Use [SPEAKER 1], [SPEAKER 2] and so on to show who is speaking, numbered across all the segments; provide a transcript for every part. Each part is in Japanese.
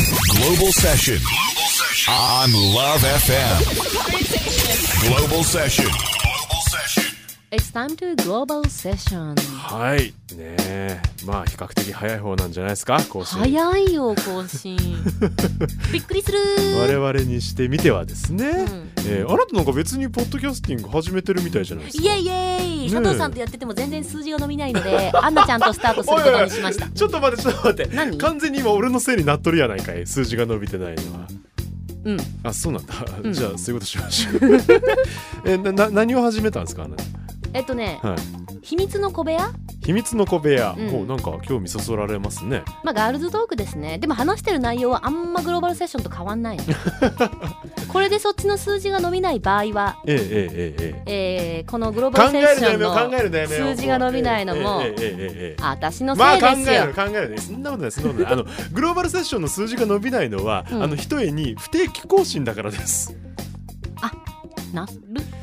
[SPEAKER 1] Global Session. Global Session. On Love FM. Global Session. Global Session.
[SPEAKER 2] It's time to global session.
[SPEAKER 3] はいねえまあ比較的早い方なんじゃないですか更新
[SPEAKER 2] 早いよ、更 新。びっくりする
[SPEAKER 3] 我々にしてみてはですね、
[SPEAKER 2] ん
[SPEAKER 3] えーあなたなんか別にポッドキャスティング始めてるみたいじゃないです
[SPEAKER 2] イ
[SPEAKER 3] か
[SPEAKER 2] エイイエ
[SPEAKER 3] ねえ
[SPEAKER 2] イ佐藤さんとやってても全然数字が伸びないの で、アンナちゃんとスタートすることにしました。
[SPEAKER 3] ちょっと待ってちょっと待って
[SPEAKER 2] 何
[SPEAKER 3] 完全に今俺のせいになっとるやないかい数字が伸びてないのは
[SPEAKER 2] うん。
[SPEAKER 3] あそうなんだ、
[SPEAKER 2] ん
[SPEAKER 3] じゃあそういうことしましょう えなな何を始めたんですかあなた
[SPEAKER 2] えっとね、
[SPEAKER 3] はい、
[SPEAKER 2] 秘密の小部屋
[SPEAKER 3] 秘密の小部屋、
[SPEAKER 2] うん
[SPEAKER 3] もうなんか興味そそられますね
[SPEAKER 2] まあ、ガールズトークですね。でも話してる内容はあんまグローバルセッションと変わ んないの。これでそっちの数字が伸びない場合は、
[SPEAKER 3] ええええええええ
[SPEAKER 2] えー、このグローバ
[SPEAKER 3] 考
[SPEAKER 2] ル
[SPEAKER 3] え
[SPEAKER 2] セッ
[SPEAKER 3] る
[SPEAKER 2] ション
[SPEAKER 3] のやめよう考
[SPEAKER 2] の
[SPEAKER 3] えるのやめよう
[SPEAKER 2] 数字が伸びないのも
[SPEAKER 3] ええええええええ
[SPEAKER 2] あ私のせ
[SPEAKER 3] まあ
[SPEAKER 2] いで
[SPEAKER 3] 考
[SPEAKER 2] す
[SPEAKER 3] え
[SPEAKER 2] よ
[SPEAKER 3] る。考えるねそんなことないそんなことないあの グローバルセッションの数字が伸びないのは、
[SPEAKER 2] うん
[SPEAKER 3] あの一重に不定期更新だか らです
[SPEAKER 2] なる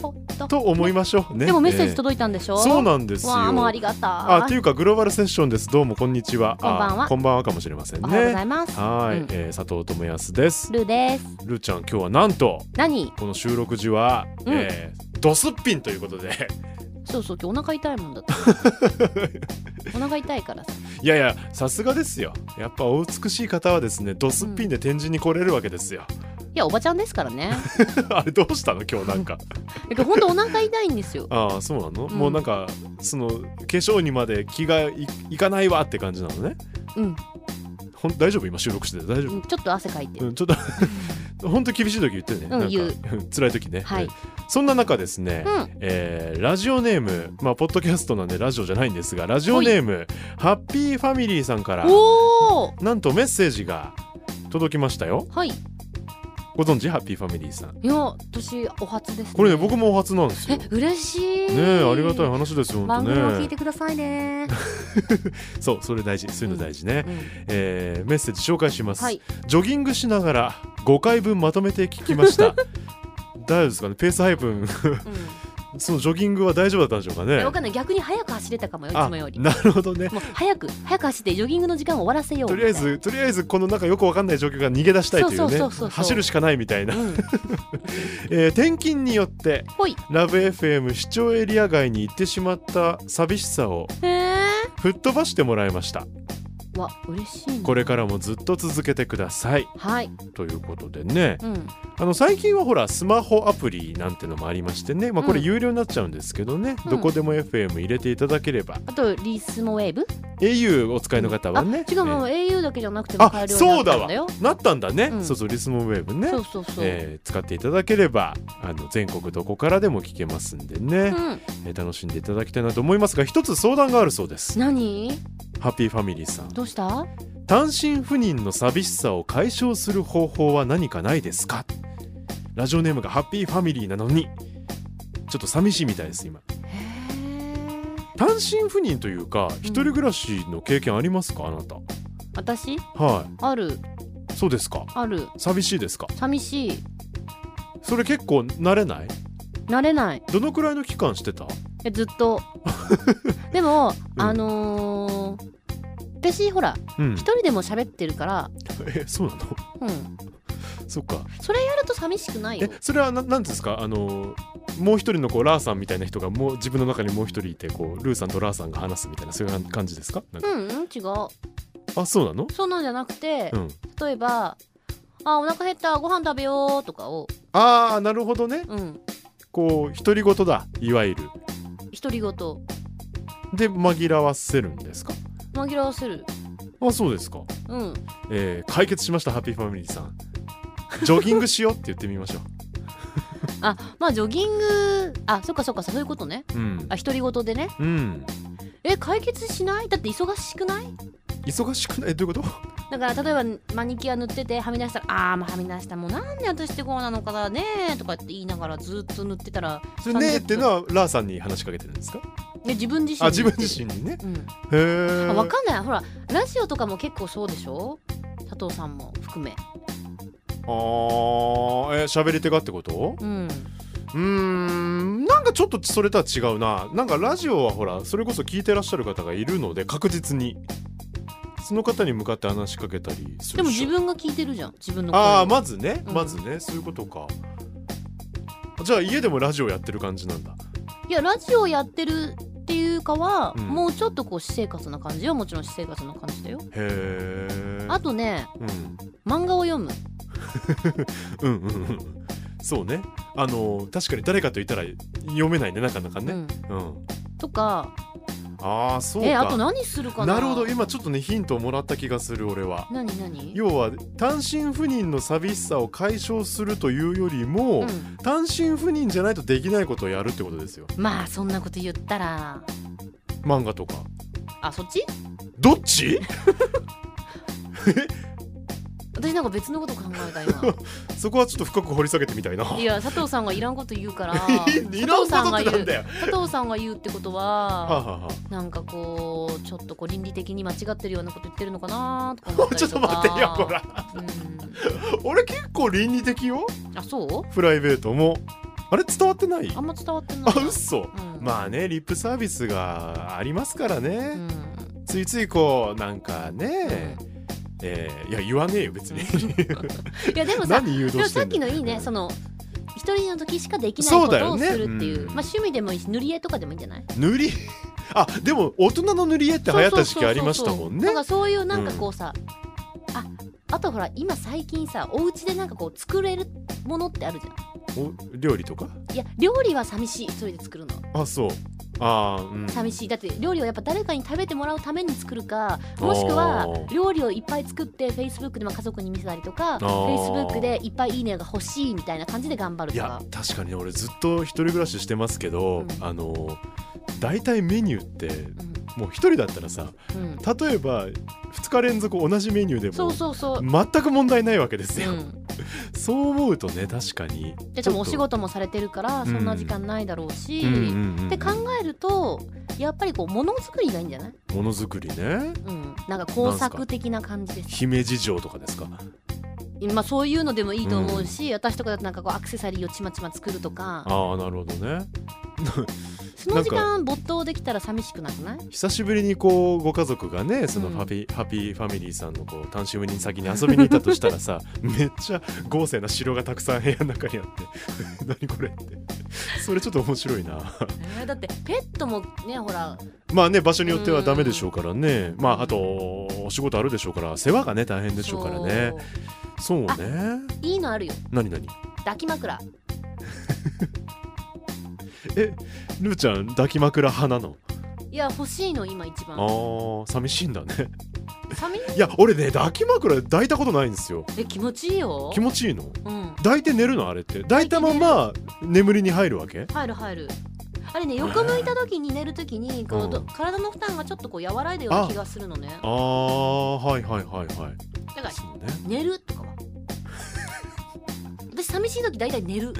[SPEAKER 2] ほど。
[SPEAKER 3] と思いましょうね
[SPEAKER 2] でもメッセージ
[SPEAKER 3] え
[SPEAKER 2] 届いたんでし
[SPEAKER 3] え
[SPEAKER 2] ょ
[SPEAKER 3] そうなんですよ
[SPEAKER 2] わあもうありがた
[SPEAKER 3] あって
[SPEAKER 2] い。
[SPEAKER 3] いうかグローバルセッションですどうもこんにちは
[SPEAKER 2] こんばんは
[SPEAKER 3] あこんばんはかもしれません
[SPEAKER 2] お
[SPEAKER 3] ね
[SPEAKER 2] はようございます。
[SPEAKER 3] はい、
[SPEAKER 2] うん
[SPEAKER 3] えー佐藤智康です
[SPEAKER 2] ルーです。
[SPEAKER 3] ルーちゃん今日はなんと
[SPEAKER 2] 何？
[SPEAKER 3] この収録時は、
[SPEAKER 2] うん
[SPEAKER 3] えードスッピンということで
[SPEAKER 2] そうそう今日お腹痛いもんだって。お腹痛いからさ。
[SPEAKER 3] いやいやさすがですよやっぱお美しい方はですねドスッピンで展示に来れるわけですよ、
[SPEAKER 2] いやおばちゃんですからね。
[SPEAKER 3] あれどうしたの今日なんか
[SPEAKER 2] え本当お腹痛いんですよ。
[SPEAKER 3] ああそうな
[SPEAKER 2] う
[SPEAKER 3] の、
[SPEAKER 2] ん
[SPEAKER 3] もうなんかその化粧にまで気がいいかないわって感じなのね
[SPEAKER 2] うん。
[SPEAKER 3] ほん大丈夫今収録してて大丈
[SPEAKER 2] う
[SPEAKER 3] 夫、
[SPEAKER 2] んちょっと汗かいて
[SPEAKER 3] う
[SPEAKER 2] る。
[SPEAKER 3] ん、ちょっと 本当厳しい時言ってね、なんか
[SPEAKER 2] 言う
[SPEAKER 3] 辛い時ね、
[SPEAKER 2] はい
[SPEAKER 3] そんな中ですね、
[SPEAKER 2] うん。
[SPEAKER 3] えーラジオネームまあポッドキャストなんでラジオじゃないんですがラジオネームハッピーファミリーさんから
[SPEAKER 2] おお。
[SPEAKER 3] なんとメッセージが届きましたよ
[SPEAKER 2] はい。い
[SPEAKER 3] ご存知ハッピーファミリーさん
[SPEAKER 2] や私お初です、ね。
[SPEAKER 3] これね僕もお初なんですよ
[SPEAKER 2] え
[SPEAKER 3] ね
[SPEAKER 2] 嬉しい。
[SPEAKER 3] えありがたい。話ですよ
[SPEAKER 2] 番
[SPEAKER 3] 本当
[SPEAKER 2] 組を聞い
[SPEAKER 3] ね
[SPEAKER 2] てください ね。
[SPEAKER 3] そうそれ大事そういうの大事ね、
[SPEAKER 2] うん
[SPEAKER 3] えーメッセージ紹介します、
[SPEAKER 2] はい。
[SPEAKER 3] ジョギングしながら5回分まとめて聞きました 大丈夫ですかねペース配分
[SPEAKER 2] う
[SPEAKER 3] そのジョギングは大丈夫だったんでしょうか
[SPEAKER 2] ん。い
[SPEAKER 3] ね
[SPEAKER 2] やわかんない逆に早く走れたかもよいつ
[SPEAKER 3] あ
[SPEAKER 2] もより。も
[SPEAKER 3] なるほどね
[SPEAKER 2] う早く早く走ってジョギングの時間を終わらせよう。
[SPEAKER 3] とりあえ。ずとりあえずこのなんかよくわかんない状況から逃げ出したいという
[SPEAKER 2] そうそう
[SPEAKER 3] ね
[SPEAKER 2] そうそう
[SPEAKER 3] 走るしかないみたいな、
[SPEAKER 2] うん。
[SPEAKER 3] えー転勤によって
[SPEAKER 2] ほい。
[SPEAKER 3] ラブ f m 視聴エリア外に行ってしまった寂しさを
[SPEAKER 2] へえ。
[SPEAKER 3] 吹っ飛ばしてもらいました
[SPEAKER 2] わ嬉しいな。
[SPEAKER 3] これからもずっと続けてください
[SPEAKER 2] はい。
[SPEAKER 3] ということでね
[SPEAKER 2] うん。
[SPEAKER 3] あの最近はほらスマホアプリなんてのもありましてね、まあ、これ
[SPEAKER 2] うん
[SPEAKER 3] 有料になっちゃうんですけどね、
[SPEAKER 2] うん
[SPEAKER 3] どこでも FM 入れていただければ、
[SPEAKER 2] あとリースもウェーブ。
[SPEAKER 3] au お使いの方はね
[SPEAKER 2] あ違うもう
[SPEAKER 3] えー
[SPEAKER 2] au だけじゃなくても買え
[SPEAKER 3] あ
[SPEAKER 2] るように
[SPEAKER 3] そ
[SPEAKER 2] な
[SPEAKER 3] う
[SPEAKER 2] った
[SPEAKER 3] だ
[SPEAKER 2] ん
[SPEAKER 3] わ
[SPEAKER 2] だよ。
[SPEAKER 3] なったんだね、
[SPEAKER 2] うん
[SPEAKER 3] そうそうリスモンウェーブね
[SPEAKER 2] そうそうそう。
[SPEAKER 3] えー使っていただければあの全国どこからでも聞けますんでね、
[SPEAKER 2] うん。
[SPEAKER 3] えー楽しんでいただきたいなと思いますが一つ相談があるそうです
[SPEAKER 2] 何？
[SPEAKER 3] ハッピーファミリーさん
[SPEAKER 2] どうした？
[SPEAKER 3] 単身赴任の寂しさを解消する方法は何かないですかラジオネームがハッピーファミリーなのにちょっと寂しいみたいです今単身赴任というか一人暮らしの経験ありますかあなた
[SPEAKER 2] 私
[SPEAKER 3] は
[SPEAKER 2] ある
[SPEAKER 3] いそうですか
[SPEAKER 2] ある
[SPEAKER 3] 寂しいですか
[SPEAKER 2] 寂しい
[SPEAKER 3] それ結構慣れない
[SPEAKER 2] 慣れない
[SPEAKER 3] どのくらいの期間してた
[SPEAKER 2] えずっ とでも、
[SPEAKER 3] うん
[SPEAKER 2] あのー、私ほら
[SPEAKER 3] うん
[SPEAKER 2] 一人でも喋ってるから、
[SPEAKER 3] え そうなの
[SPEAKER 2] うん、
[SPEAKER 3] そっか
[SPEAKER 2] それやると寂しくない
[SPEAKER 3] え
[SPEAKER 2] よ
[SPEAKER 3] それはななんていうんですかあのもう一人のこうラーさんみたいな人がもう自分の中にもう一人いてこうルーさんとラーさんが話すみたいなそういう感じですかなん
[SPEAKER 2] う
[SPEAKER 3] か、
[SPEAKER 2] んうん違う
[SPEAKER 3] あそうなの
[SPEAKER 2] そんなんじゃなくて、
[SPEAKER 3] うん
[SPEAKER 2] 例えば「あお腹減ったご飯食べよう」とかを、
[SPEAKER 3] ああなるほどね
[SPEAKER 2] うん、
[SPEAKER 3] こう独り言だいわゆる
[SPEAKER 2] 独り言
[SPEAKER 3] で紛らわせるんですか
[SPEAKER 2] 紛らわせる
[SPEAKER 3] あそうですか、
[SPEAKER 2] うん
[SPEAKER 3] えー解決しましたハッピーファミリーさんジョギングしようって言ってみましょ
[SPEAKER 2] あまあジョギングあそっかそっかそういうことね
[SPEAKER 3] ううん
[SPEAKER 2] あ独り言でね
[SPEAKER 3] うん
[SPEAKER 2] え解決しないだって忙しくない
[SPEAKER 3] 忙しくないえどういうこと
[SPEAKER 2] だから例えばマニキュア塗っててはみ出したら「あーまあはみ出したもうなんで私ってこうなのかなねえ」とかって言いながらずっと塗ってたら
[SPEAKER 3] それねえってのはラーさんに話しかけてるんですか
[SPEAKER 2] ね自分自身
[SPEAKER 3] あ自分自身にね
[SPEAKER 2] 身、うん、
[SPEAKER 3] へ
[SPEAKER 2] あ
[SPEAKER 3] え
[SPEAKER 2] 分かんないほらラジオとかも結構そうでしょ佐藤さんも含め
[SPEAKER 3] あーえ喋り手がってこと
[SPEAKER 2] うん
[SPEAKER 3] うーんなんかちょっとそれとは違うななんかラジオはほらそれこそ聞いてらっしゃる方がいるので確実にその方に向かって話しかけたりする
[SPEAKER 2] でも
[SPEAKER 3] し
[SPEAKER 2] 自
[SPEAKER 3] ょ
[SPEAKER 2] 分が聞いてるじゃん自分の声
[SPEAKER 3] ああまずね
[SPEAKER 2] うん
[SPEAKER 3] まずね、そういうことかじゃあ家でもラジオやってる感じなんだ
[SPEAKER 2] いやラジオやってるっていうかは、
[SPEAKER 3] うん
[SPEAKER 2] もうちょっとこう私生活な感じはもちろん私生活な感じだよ
[SPEAKER 3] へえ
[SPEAKER 2] あとね
[SPEAKER 3] うん
[SPEAKER 2] 漫画を読む
[SPEAKER 3] うんうんうんそうねあの確かに誰かといたら読めないねなかなか
[SPEAKER 2] う
[SPEAKER 3] ね
[SPEAKER 2] ん、
[SPEAKER 3] うん、
[SPEAKER 2] とか
[SPEAKER 3] ああそうか
[SPEAKER 2] えあと何するかな
[SPEAKER 3] なるほど今ちょっとねヒントをもらった気がする俺は
[SPEAKER 2] 何何
[SPEAKER 3] 要は単身赴任の寂しさを解消するというよりも、
[SPEAKER 2] うん、
[SPEAKER 3] 単身赴任じゃないとできないことをやるってことですよ
[SPEAKER 2] まあそんなこと言ったら
[SPEAKER 3] 漫画とか
[SPEAKER 2] あそっち
[SPEAKER 3] どっち
[SPEAKER 2] 私なんか別のこと考えた 今
[SPEAKER 3] そこはちょっと深く掘り下げてみたいない
[SPEAKER 2] や佐藤さんがいらんこと言うから
[SPEAKER 3] いらんことってなんだよ
[SPEAKER 2] 佐藤さんが言うってこと
[SPEAKER 3] はあ
[SPEAKER 2] は
[SPEAKER 3] はあはあ
[SPEAKER 2] なんかこうちょっとこう倫理的に間違ってるようなこと言ってるのかなとか思ったり
[SPEAKER 3] ちょ
[SPEAKER 2] と
[SPEAKER 3] っ
[SPEAKER 2] か
[SPEAKER 3] と待ってよこら俺結構倫理的よ
[SPEAKER 2] うん、あそう
[SPEAKER 3] プライベートもあれ伝わってない
[SPEAKER 2] あんま伝わってない
[SPEAKER 3] あ嘘
[SPEAKER 2] うん
[SPEAKER 3] まあねリップサービスがありますから
[SPEAKER 2] う
[SPEAKER 3] ね、
[SPEAKER 2] ん
[SPEAKER 3] ついついこうなんかね、えーいや言わねえよ別に
[SPEAKER 2] いやでもさ
[SPEAKER 3] 何誘導
[SPEAKER 2] でも
[SPEAKER 3] し
[SPEAKER 2] さ
[SPEAKER 3] て
[SPEAKER 2] っ
[SPEAKER 3] んだ
[SPEAKER 2] き
[SPEAKER 3] よ
[SPEAKER 2] のいいねその一人の時しかできないこ
[SPEAKER 3] そうだ
[SPEAKER 2] と
[SPEAKER 3] よ
[SPEAKER 2] をす
[SPEAKER 3] ね
[SPEAKER 2] るっていう
[SPEAKER 3] うん
[SPEAKER 2] まあ趣味でもいいし塗り絵とかでもいいんじゃない
[SPEAKER 3] 塗り あでも大人の塗り絵って流行った時期ありましたもんね
[SPEAKER 2] なんかそういうなんかこうさ、ああとほら今最近さお家でなんかこう作れるものってあるじゃん
[SPEAKER 3] お料理とか
[SPEAKER 2] いや料理は寂しい一人で作るの
[SPEAKER 3] あそうあーうん
[SPEAKER 2] 寂しいだって料理をやっぱ誰かに食べてもらうために作るかもしく
[SPEAKER 3] あ
[SPEAKER 2] は
[SPEAKER 3] ー
[SPEAKER 2] 料理をいっぱい作ってフェイスブックでまあ家族に見せたりとかフェイスブックでいっぱいいいねが欲しいみたいな感じで頑張る
[SPEAKER 3] い
[SPEAKER 2] と
[SPEAKER 3] や
[SPEAKER 2] か
[SPEAKER 3] 確かにね俺ずっと一人暮らししてますけど、
[SPEAKER 2] うん
[SPEAKER 3] あのー大体メニューって
[SPEAKER 2] う
[SPEAKER 3] もう一人だったらさ
[SPEAKER 2] んうん
[SPEAKER 3] 例えば2日連続同じメニューで
[SPEAKER 2] そ
[SPEAKER 3] も
[SPEAKER 2] うそうそう、
[SPEAKER 3] 全く問題ないわけです
[SPEAKER 2] う
[SPEAKER 3] よ、
[SPEAKER 2] ん、
[SPEAKER 3] そう思うとね確かに
[SPEAKER 2] ででもお仕事もされてるから
[SPEAKER 3] ん
[SPEAKER 2] そんな時間ないだろうし、
[SPEAKER 3] うんうんうん
[SPEAKER 2] って考えるとやっぱりこうものづくりがいいんじゃない、
[SPEAKER 3] ものづくりね
[SPEAKER 2] うん、なんか工作的な感じです
[SPEAKER 3] 姫路城とかですか
[SPEAKER 2] まあそういうのでもいいと思うし、私とかだとなんかこうアクセサリーをちまちま作るとか
[SPEAKER 3] ああなるほどね
[SPEAKER 2] その時間没頭できたら寂しくなくない
[SPEAKER 3] 久しぶりにこうご家族がねその
[SPEAKER 2] うん
[SPEAKER 3] ハピ、ハピーファミリーさんのこう単身赴任先に遊びに行ったとしたら さめっちゃ豪勢な城がたくさん部屋の中にあって 何これってそれちょっと面白いな
[SPEAKER 2] えーだってペットもねほら
[SPEAKER 3] まあね場所によってはダメでしょうからねまああとお仕事あるでしょうから世話がね大変でしょうからねそう
[SPEAKER 2] あ
[SPEAKER 3] ね
[SPEAKER 2] そういいのあるよ
[SPEAKER 3] 何何
[SPEAKER 2] 抱き枕
[SPEAKER 3] えルーちゃん抱き枕派なの
[SPEAKER 2] いや欲しいの今一番
[SPEAKER 3] あー寂しいんだね
[SPEAKER 2] 寒い
[SPEAKER 3] いや俺ね抱き枕抱いたことないんですよ
[SPEAKER 2] え気持ちいいよ
[SPEAKER 3] 気持ちいいの
[SPEAKER 2] うん
[SPEAKER 3] 抱いて寝るのあれって抱いたまま眠りに入るわけ
[SPEAKER 2] 入る入るあれね横向いた時に寝る時にこう、ど体の負担がちょっとこう和らいだような気がするのね
[SPEAKER 3] あーはいはいはいはい
[SPEAKER 2] だから
[SPEAKER 3] そうね
[SPEAKER 2] 寝るとかは 私寂しい時大体寝る、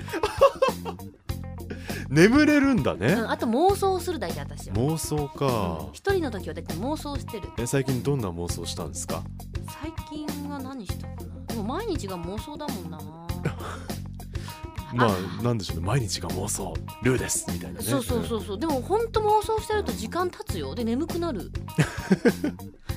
[SPEAKER 3] 眠れるんだ
[SPEAKER 2] う
[SPEAKER 3] ね
[SPEAKER 2] ん、あと妄想する大体私は
[SPEAKER 3] 妄想
[SPEAKER 2] うん
[SPEAKER 3] か
[SPEAKER 2] 一人の時は大体妄想してる
[SPEAKER 3] え最近どんな妄想したんですか
[SPEAKER 2] 最近は何したかなでも毎日が妄想だもんな
[SPEAKER 3] まあなんでしょうね毎日が妄想ルーですみたいなね
[SPEAKER 2] そうそうそうそうでも本当妄想してると時間経つよで眠くなる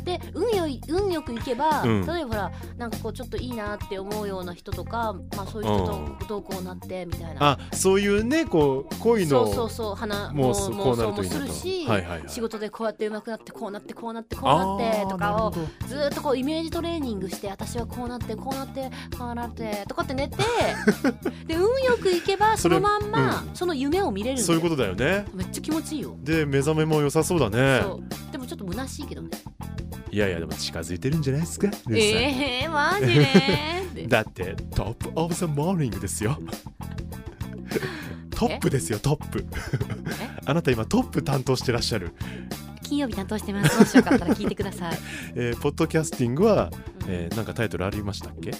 [SPEAKER 2] で運よい運よくいけば、
[SPEAKER 3] うん
[SPEAKER 2] 例えばほらなんかこうちょっといいなって思うような人とか、まあ、そういう人
[SPEAKER 3] うん
[SPEAKER 2] とどうこうなってみたいな
[SPEAKER 3] あそういうねこう恋
[SPEAKER 2] そ
[SPEAKER 3] の
[SPEAKER 2] うそうそう花
[SPEAKER 3] も
[SPEAKER 2] も
[SPEAKER 3] う
[SPEAKER 2] う
[SPEAKER 3] そうこう
[SPEAKER 2] 妄
[SPEAKER 3] なる
[SPEAKER 2] 想も
[SPEAKER 3] といいな
[SPEAKER 2] す
[SPEAKER 3] と
[SPEAKER 2] るし、
[SPEAKER 3] はいはいはい
[SPEAKER 2] 仕事でこうやって上手くなってこうなってこうなってこう
[SPEAKER 3] あ
[SPEAKER 2] な
[SPEAKER 3] ー
[SPEAKER 2] ってと
[SPEAKER 3] なる
[SPEAKER 2] か
[SPEAKER 3] ほ
[SPEAKER 2] を
[SPEAKER 3] ど
[SPEAKER 2] ずーっとこうイメージトレーニングして私はこうなってこうなってこうなってとかって 寝てで運よくいけばそのまんま
[SPEAKER 3] それ
[SPEAKER 2] その夢を見れるんだよ
[SPEAKER 3] そういうことだよね
[SPEAKER 2] めっちゃ気持ちいいよ
[SPEAKER 3] で目覚めも良さそうだね
[SPEAKER 2] そうでもちょっと虚しいけどね
[SPEAKER 3] いやいやでも近づいてるんじゃないですかルーさん、
[SPEAKER 2] ええー、マジ で
[SPEAKER 3] だってトップオブザモーニングですよトップですよトップ あなた今トップ担当してらっしゃる、
[SPEAKER 2] 金曜日担当してますもしよかったら聞いてくだ さい、
[SPEAKER 3] えーポッドキャスティングは、
[SPEAKER 2] うん
[SPEAKER 3] えーなんかタイトルありましたっけ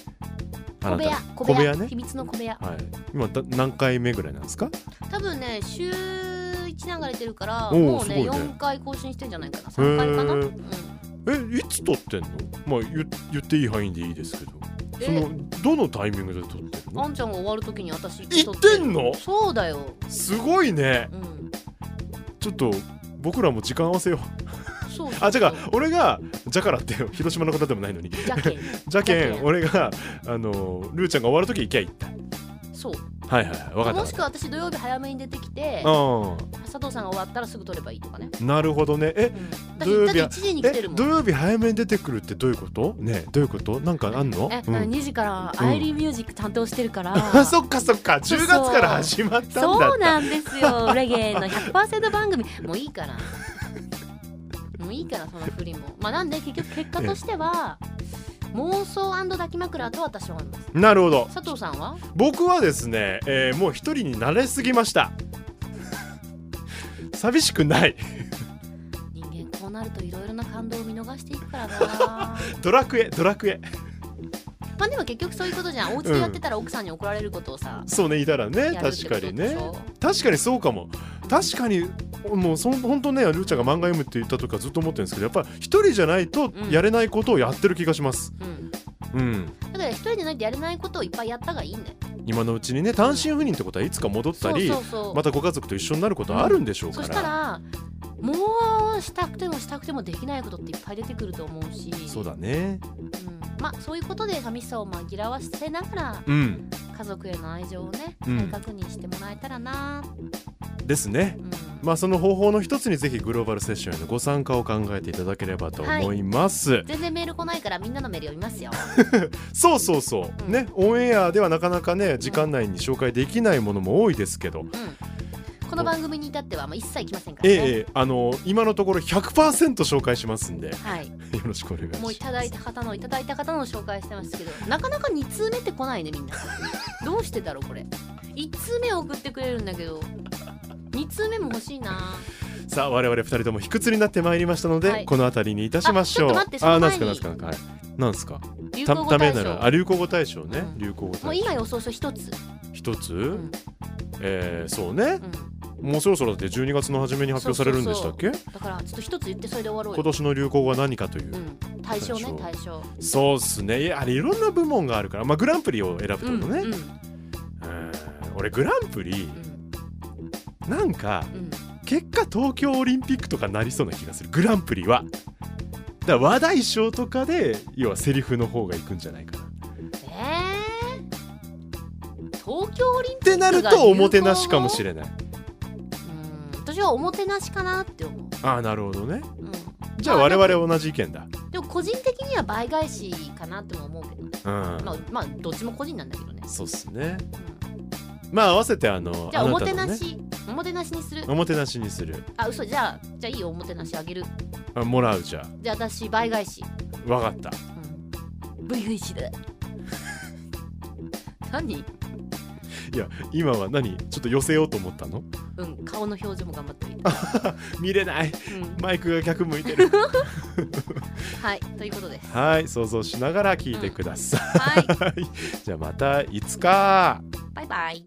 [SPEAKER 2] 小
[SPEAKER 3] あな
[SPEAKER 2] 部
[SPEAKER 3] た
[SPEAKER 2] 屋
[SPEAKER 3] 小部屋ね
[SPEAKER 2] 秘密の小部屋
[SPEAKER 3] はい今だ何回目ぐらいなんですか
[SPEAKER 2] 多分ね週1流れてるから
[SPEAKER 3] おー
[SPEAKER 2] もう
[SPEAKER 3] す
[SPEAKER 2] ね
[SPEAKER 3] ごいね
[SPEAKER 2] 4回更新してんじゃないかな3回かな、
[SPEAKER 3] へ
[SPEAKER 2] う
[SPEAKER 3] ー
[SPEAKER 2] ん
[SPEAKER 3] えいつ撮ってんのまあ言言っていい範囲でいいですけどそ
[SPEAKER 2] え
[SPEAKER 3] のどのタイミングで撮ってる
[SPEAKER 2] あ
[SPEAKER 3] の
[SPEAKER 2] んちゃんが終わるときに私行
[SPEAKER 3] 行ってんの
[SPEAKER 2] そうだよ
[SPEAKER 3] すごいね
[SPEAKER 2] うん
[SPEAKER 3] ちょっと僕らも時間合わせよう
[SPEAKER 2] そうそう
[SPEAKER 3] あ違う俺がじゃからって広島の方でもないのに
[SPEAKER 2] じゃけん
[SPEAKER 3] じゃけ
[SPEAKER 2] じゃけ
[SPEAKER 3] ん
[SPEAKER 2] ん
[SPEAKER 3] 俺があのルーちゃんが終わる時行きゃいいって
[SPEAKER 2] そう
[SPEAKER 3] はいはいはい分かった
[SPEAKER 2] もしくは私土曜日早めに出てきて
[SPEAKER 3] あ
[SPEAKER 2] 佐藤さんが終わったらすぐ取ればいいとかね、
[SPEAKER 3] なるほどねえ
[SPEAKER 2] うん、
[SPEAKER 3] 土曜
[SPEAKER 2] 私だって
[SPEAKER 3] 日
[SPEAKER 2] 1
[SPEAKER 3] は
[SPEAKER 2] 時に来て
[SPEAKER 3] え
[SPEAKER 2] るも
[SPEAKER 3] 土
[SPEAKER 2] ん
[SPEAKER 3] 曜日早めに出てくるってどういうことねえどういうことなんかあんの
[SPEAKER 2] え、
[SPEAKER 3] うん
[SPEAKER 2] 2時から
[SPEAKER 3] うん
[SPEAKER 2] アイリーミュージック担当してるから、
[SPEAKER 3] あそっかそっか10月から始まったんだった
[SPEAKER 2] そうなんですよレゲエの100%番組もういいからもういいからその振りもまあなんで結局結果としては妄想抱き枕と私は思います
[SPEAKER 3] なるほど
[SPEAKER 2] 佐藤さんは
[SPEAKER 3] 僕はですね、えーもう一人になれすぎました寂しくない
[SPEAKER 2] 人間こうなるといろいろな感動を見逃していく からな
[SPEAKER 3] ドラクエドラクエ
[SPEAKER 2] まあでも結局そういうことじゃんお家でやってたら奥さんに怒られることをさ、
[SPEAKER 3] そうねいたらね
[SPEAKER 2] やるってこ
[SPEAKER 3] 確か
[SPEAKER 2] とで
[SPEAKER 3] に
[SPEAKER 2] し
[SPEAKER 3] ね
[SPEAKER 2] ょ
[SPEAKER 3] 確かにそうかも確かにもうそん本当ねルーちゃんが漫画読むって言った時からずっと思ってるんですけどやっぱり一人じゃないと
[SPEAKER 2] うん
[SPEAKER 3] やれないことをやってる気がします
[SPEAKER 2] うん、
[SPEAKER 3] うん
[SPEAKER 2] だから一人でないとやれないことをいっぱいやったがいいんだよ
[SPEAKER 3] 今のうちにね単身赴任ってことはいつか戻っ
[SPEAKER 2] そ
[SPEAKER 3] た
[SPEAKER 2] う
[SPEAKER 3] り
[SPEAKER 2] そうそう、
[SPEAKER 3] またご家族と一緒になることあるんでしょうか
[SPEAKER 2] そ
[SPEAKER 3] ら,、
[SPEAKER 2] したらもうしたくてもしたくてもできないことっていっぱい出てくると思うし
[SPEAKER 3] そうだね
[SPEAKER 2] うん、まあそういうことで寂しさを紛らわせながら
[SPEAKER 3] うん
[SPEAKER 2] 家族への愛情をね
[SPEAKER 3] うん
[SPEAKER 2] 再確認してもらえたらな、
[SPEAKER 3] ですね
[SPEAKER 2] うん
[SPEAKER 3] まあその方法の一つにぜひグローバルセッションへのご参加を考えていただければと思います、
[SPEAKER 2] 全然メール来ないからみんなのメール読みますよ
[SPEAKER 3] そうそうそう、
[SPEAKER 2] うん
[SPEAKER 3] ねオンエアではなかなかね時間内に紹介できないものも多いですけど、
[SPEAKER 2] この番組に至ってはもう一切来ませんから
[SPEAKER 3] ええ
[SPEAKER 2] ね、
[SPEAKER 3] ええあの今のところ100%紹介しますんで よ
[SPEAKER 2] はい、
[SPEAKER 3] ろしくお願いします
[SPEAKER 2] もういただいた方のいただいた方の紹介してますけどなかなか2通目って来ないね みんなどうしてだろうこれ1通目送ってくれるんだけど2通目も欲しいな
[SPEAKER 3] さあ我々二人とも卑屈になってまいりましたので、
[SPEAKER 2] はい
[SPEAKER 3] この辺りにいたしましょう
[SPEAKER 2] あちょっと待ってその
[SPEAKER 3] なん
[SPEAKER 2] 前
[SPEAKER 3] す
[SPEAKER 2] に
[SPEAKER 3] かなんすかなんかはいなんすか
[SPEAKER 2] 流
[SPEAKER 3] た
[SPEAKER 2] 行語大
[SPEAKER 3] ためな
[SPEAKER 2] 賞
[SPEAKER 3] らあ流行語大賞ね、
[SPEAKER 2] うん
[SPEAKER 3] 流行語
[SPEAKER 2] もう
[SPEAKER 3] 大賞
[SPEAKER 2] 今予想書一つ、
[SPEAKER 3] 一つ、
[SPEAKER 2] うん
[SPEAKER 3] えーそうね
[SPEAKER 2] うん、
[SPEAKER 3] もうそろそろだって12月の初めに発表されるんでしたっ
[SPEAKER 2] そ
[SPEAKER 3] け
[SPEAKER 2] うだからちょっと一つ言ってそれで終わろ
[SPEAKER 3] 今
[SPEAKER 2] うよ、
[SPEAKER 3] 年の流行語は何かという、
[SPEAKER 2] うん、対象ね対象
[SPEAKER 3] そうっすねいやあれいろんな部門があるからまあグランプリを選ぶってこ
[SPEAKER 2] う
[SPEAKER 3] と
[SPEAKER 2] んうん
[SPEAKER 3] ね、うん俺グランプリなんか
[SPEAKER 2] うん
[SPEAKER 3] 結果東京オリンピックとかなりそうな気がするグランプリはだから話題賞とかで要はセリフの方がいくんじゃないかなっ
[SPEAKER 2] えー、東京オリンピッ
[SPEAKER 3] てなる
[SPEAKER 2] 流行
[SPEAKER 3] と
[SPEAKER 2] 語
[SPEAKER 3] おもてなしかもしれない
[SPEAKER 2] クうん私はおもてなしかなって思
[SPEAKER 3] ああなるほどね
[SPEAKER 2] う、う
[SPEAKER 3] じゃあ
[SPEAKER 2] まあ
[SPEAKER 3] 我々は同じ意見だ
[SPEAKER 2] ん、でも個人的には倍返しかなっても思うけどね
[SPEAKER 3] うん
[SPEAKER 2] まあまあどっちも個人なんだけどね、
[SPEAKER 3] そうっすね
[SPEAKER 2] うん
[SPEAKER 3] まあ合わせてあの
[SPEAKER 2] じゃあ
[SPEAKER 3] あ
[SPEAKER 2] お
[SPEAKER 3] な
[SPEAKER 2] も
[SPEAKER 3] た
[SPEAKER 2] て
[SPEAKER 3] の
[SPEAKER 2] な
[SPEAKER 3] ね
[SPEAKER 2] しおもてなしにする
[SPEAKER 3] おもてなしにする
[SPEAKER 2] あ嘘じゃあじゃあいいよおもてなしあげる
[SPEAKER 3] あもらうじゃあ
[SPEAKER 2] じゃあ私倍返し
[SPEAKER 3] 分かった
[SPEAKER 2] うん、VH だ 何
[SPEAKER 3] いや今は何ちょっと寄せようと思ったの
[SPEAKER 2] うん顔の表情も頑張ってみ
[SPEAKER 3] 見れない
[SPEAKER 2] た、うん、
[SPEAKER 3] マイクが逆向い てる
[SPEAKER 2] はいということです
[SPEAKER 3] はい想像しながら聞いてください、
[SPEAKER 2] はい
[SPEAKER 3] じゃあまたいつか
[SPEAKER 2] バイバイ